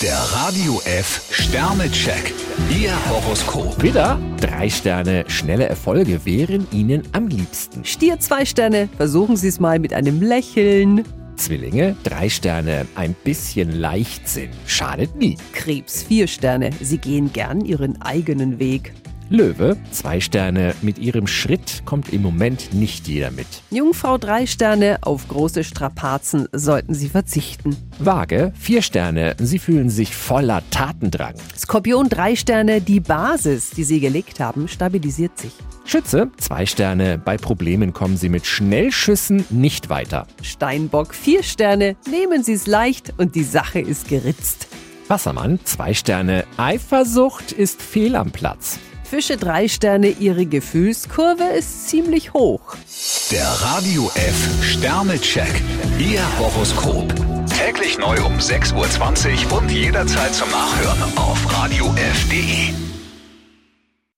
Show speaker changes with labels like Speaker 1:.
Speaker 1: Der Radio F Sternecheck. Ihr Horoskop.
Speaker 2: Widder, drei Sterne, schnelle Erfolge wären Ihnen am liebsten.
Speaker 3: Stier zwei Sterne, versuchen Sie es mal mit einem Lächeln.
Speaker 2: Zwillinge, drei Sterne, ein bisschen Leichtsinn schadet nie.
Speaker 3: Krebs vier Sterne, Sie gehen gern Ihren eigenen Weg.
Speaker 2: Löwe, zwei Sterne, mit Ihrem Schritt kommt im Moment nicht jeder mit.
Speaker 3: Jungfrau drei Sterne, auf große Strapazen sollten Sie verzichten.
Speaker 2: Waage, vier Sterne, Sie fühlen sich voller Tatendrang.
Speaker 3: Skorpion drei Sterne, die Basis, die Sie gelegt haben, stabilisiert sich.
Speaker 2: Schütze, zwei Sterne, bei Problemen kommen Sie mit Schnellschüssen nicht weiter.
Speaker 3: Steinbock vier Sterne, nehmen Sie es leicht und die Sache ist geritzt.
Speaker 2: Wassermann, zwei Sterne, Eifersucht ist fehl am Platz.
Speaker 3: Fische drei Sterne, Ihre Gefühlskurve ist ziemlich hoch.
Speaker 1: Der Radio F Sternecheck. Ihr Horoskop. Täglich neu um 6.20 Uhr und jederzeit zum Nachhören auf Radio radiof.de.